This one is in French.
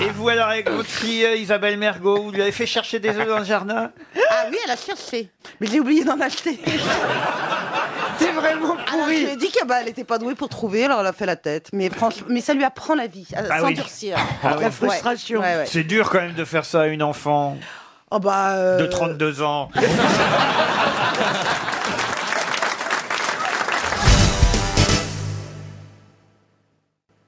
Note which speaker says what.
Speaker 1: Et vous alors avec votre fille euh, Isabelle Mergot, vous lui avez fait chercher des œufs dans le jardin
Speaker 2: Ah oui, elle a cherché. Mais j'ai oublié d'en acheter. C'est vraiment pourri. Alors, je lui ai dit qu'elle n'était pas douée pour trouver, alors elle a fait la tête. Mais franchement, mais ça lui apprend la vie, à
Speaker 1: Ah oui.
Speaker 2: s'endurcir.
Speaker 1: Ah oui.
Speaker 2: Ouais. Ouais, ouais.
Speaker 1: C'est dur quand même de faire ça à une enfant
Speaker 2: Oh bah. euh,
Speaker 1: de 32 ans.